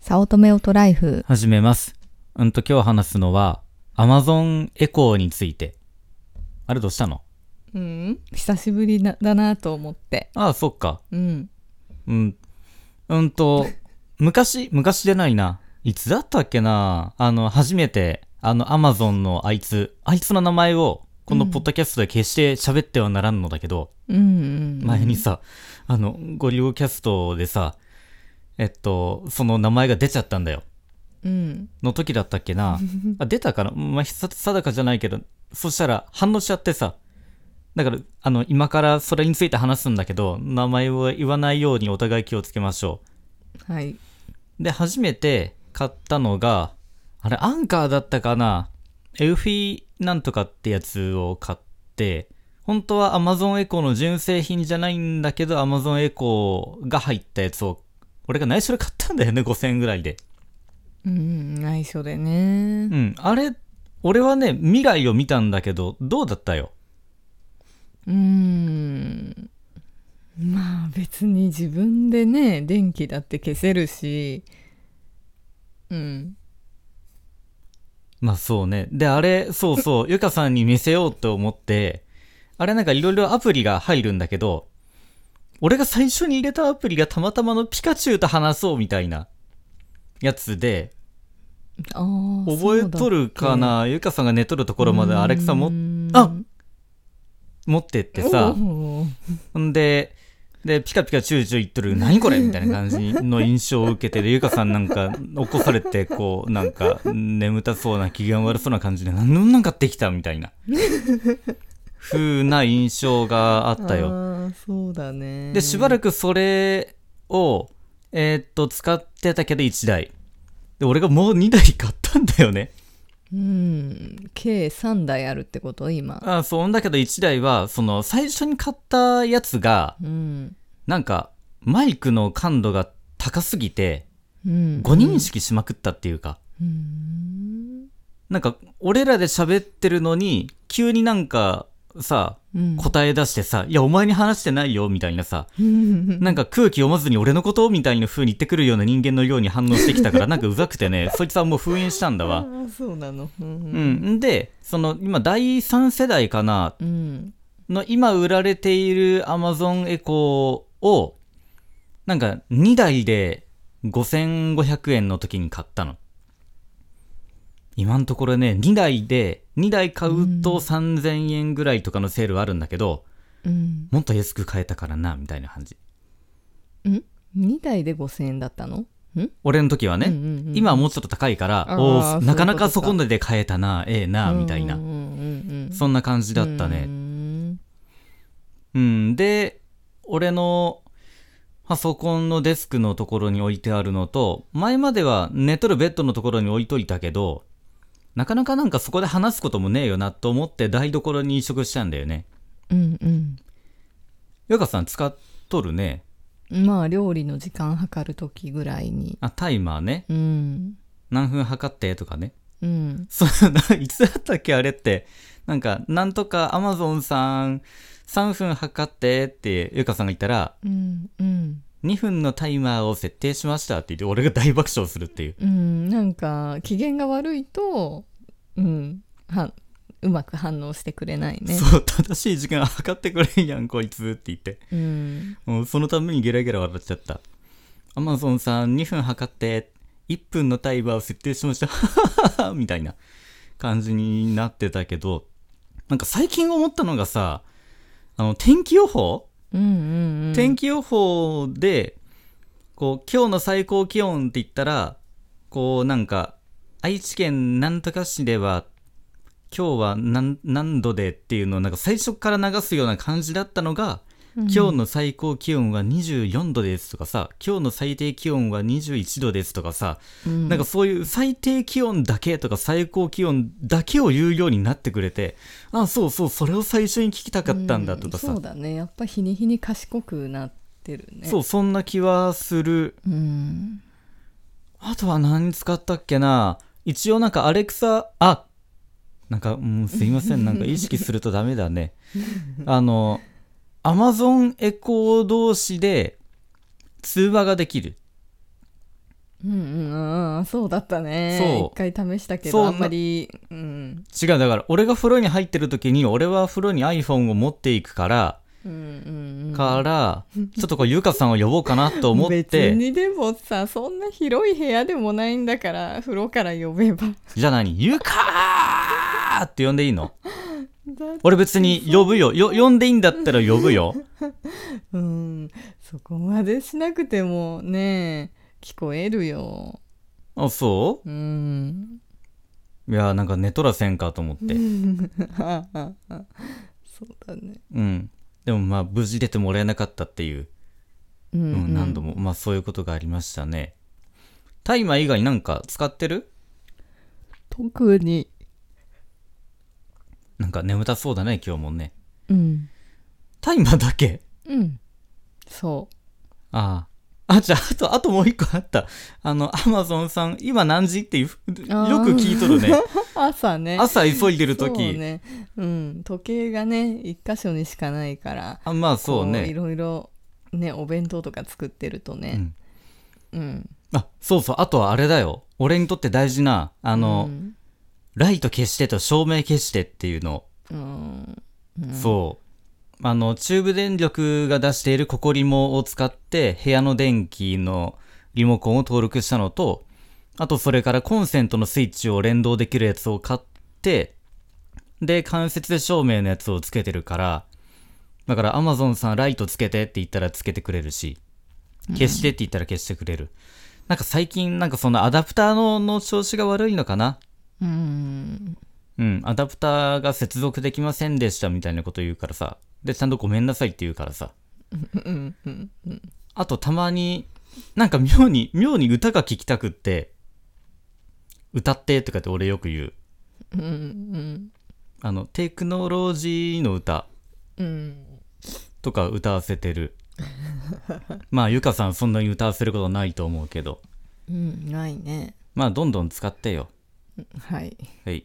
早乙女オトライフ。始めます。うんと、今日話すのは、Amazon エコーについて。あれどうしたのうん。久しぶりなだなと思って。ああ、そっか。うん。うん。うんと、昔、昔じゃないな。いつだったっけなあの、初めて、あの、Amazon のあいつ、あいつの名前を、このポッドキャストで決して喋ってはならんのだけど、うん、うん。前にさ、あの、ゴリゴキャストでさ、えっと、その名前が出ちゃったんだよ。うん。の時だったっけなあ出たかなまあ、ひさ定かじゃないけどそしたら反応しちゃってさだからあの今からそれについて話すんだけど名前を言わないようにお互い気をつけましょはい。うで初めて買ったのがあれアンカーだったかなエウフィなんとかってやつを買って本当は Amazon エコーの純正品じゃないんだけど Amazon エコーが入ったやつを俺が内緒で買ったんだよね5000円ぐらいでうん。内緒でねう。ん、あれ、俺はね、未来を見たんだけど、どうだったよ。うん。まあ別に自分でね、電気だって消せるし。うん。まあそうね。で、あれ、そうそう、 ゆかさんに見せようと思って、あれなんかいろいろアプリが入るんだけど、俺が最初に入れたアプリがたまたまのピカチュウと話そうみたいなやつで、ああ。覚えとるかなゆかさんが寝とるところまでアレクサもああ持ってってさ、おーんで、で、ピカピカチューチュー言っとる、何これみたいな感じの印象を受けて、で、ゆかさんなんか起こされて、こう、なんか、眠たそうな、機嫌悪そうな感じで、何でもなんかできたみたいな、風な印象があったよ。あーそうだね。で、しばらくそれを、えーっと、使ってたけど1台。で、俺がもう2台買ったんだよね。うん。計3台あるってこと今。あそう、んだけど1台は、その、最初に買ったやつが、うん。なんか、マイクの感度が高すぎて、うん。誤認識しまくったっていうか、うん。なんか、俺らで喋ってるのに、急になんか、さ、うん答え出してさ、いや、お前に話してないよ、みたいなさ、うんなんか空気読まずに俺のことみたいな風に言ってくるような人間のように反応してきたから、なんかうざくてね、そいつはもう封印したんだわ。ああそうなの。ううんん。んで、その、今、第3世代かな、うん。の今売られている Amazon エコーを、なんか2台で5500円の時に買ったの。今のところね、2台で、2台買うと3000円ぐらいとかのセールはあるんだけど、うん。もっと安く買えたからな、みたいな感じ。うん。2台で5000円だったのん俺の時はね、うんうんうん今はもうちょっと高いから、あーおそういうーことなかなかかそこまで買えたな、ええな、みたいな、うんうんそんな感じだうっん。たね。ね。うん、で、俺のパソコンのデスクのところに置いてあるのと、前までは寝とるベッドのところに置いといたけど、なかなかなんかそこで話すこともねえよなと思って台所に移植したんだよね。うんヨカさん使っとるね。うん。まあ料理の時間計るときぐらいに。あ、タイマーね。うん。何分測ってとかね。うん。そうな、いつだったっけあれって。なんか、なんとかアマゾンさん、3分測ってって、ヨカさんが言ったら、うん。うん。 2分のタイマーを設定しましたって言って、俺が大爆笑するっていう。うん。なんか機嫌が悪いと、うん。はうまく反応してくれないね。そう、正しい時間測ってくれんやん、こいつって言って。うん。もうそのためにゲラゲラ笑っちゃった。アマゾンさん、2分測って、1分のタイマーを設定しました。ははははみたい な感じになってたけど、なんか最近思ったのがさ、あの、天気予報、うんうんうん。天気予報で、こう、今日の最高気温って言ったら、こう、なんか、愛知県なんとか市では、今日は何何度でっていうのをなんか最初から流すような感じだったのが、今日の最高気温は24度ですとかさ、今日の最低気温は21度ですとかさ、うんなんかそういう最低気温だけとか最高気温だけを言うようになってくれて、あ、そうそう、それを最初に聞きたかったんだとかさ、うんそうだねやっぱ日に日に賢くなってるねそう、そんな気はする。うんあとは何使ったっけな一応なんかアレクサ、あなんか、うん、すいま せん。なんか意識するとダメだね。あの、アマゾンエコー同士で通話ができる。うんうんうんうんそうだったねそう一回試したけそうどあんまりうん違うだから俺が風呂に入ってる時に俺は風呂に iPhone を持っていくから、うんうんうんからちょっとこうゆかさんを呼ぼうかなと思っ別てにでもさそんな広い部屋でもないんだから風呂から呼べば じゃあ何ゆかーって呼んでいいの だ俺別に呼ぶよよ呼んでいいんだったら呼ぶようんそこまでしなくてもね聞こえるよあそ うんういやなんか寝とらせんかと思ってはあはあはあそうだねうんでもまあ無事出てもらえなかったっていう、うんうんうん何度もまあそういうことがありましたねタイマー以外なんか使ってる特になんか眠たそうだね今日もねうんタイマーだけうんそうああ。あ、じゃあ、あと、あともう一個あった。あの、アマゾンさん、今何時っていう、よくあー聞い とるね。朝ね朝急いでるそう時、ねうん、時計がね一箇所にしかないからあまあそうこいね。ろいろねお弁当とか作ってるとうねん。うんあ、そうそう。あとはあれだよ。俺にとって大事な、ああの、ライト消してと照明消してっていうの。うんそう。あの、中部電力が出しているココリモを使って、部屋の電気のリモコンを登録したのと、あとそれからコンセントのスイッチを連動できるやつを買って、で、間接で照明のやつをつけてるから、だから Amazon さんライトつけてって言ったらつけてくれるし、消してって言ったら消してくれる。なんか最近なんかそのアダプターのの調子が悪いのかなうんうん、アダプターが接続できませんでしたみたいなこと言うからさ。で、ちゃんとごめんなさいって言うからさ。うんうんあとたまに、なんか妙に、妙に歌が聴きたくって、歌ってとかって俺よく言う。うんうんあの、テクノロジーの歌うんとか歌わせてる。 まあ、ゆかさんそんなに歌わせることないと思うけど。うんないねまあ、どんどん使ってよ。はいはい。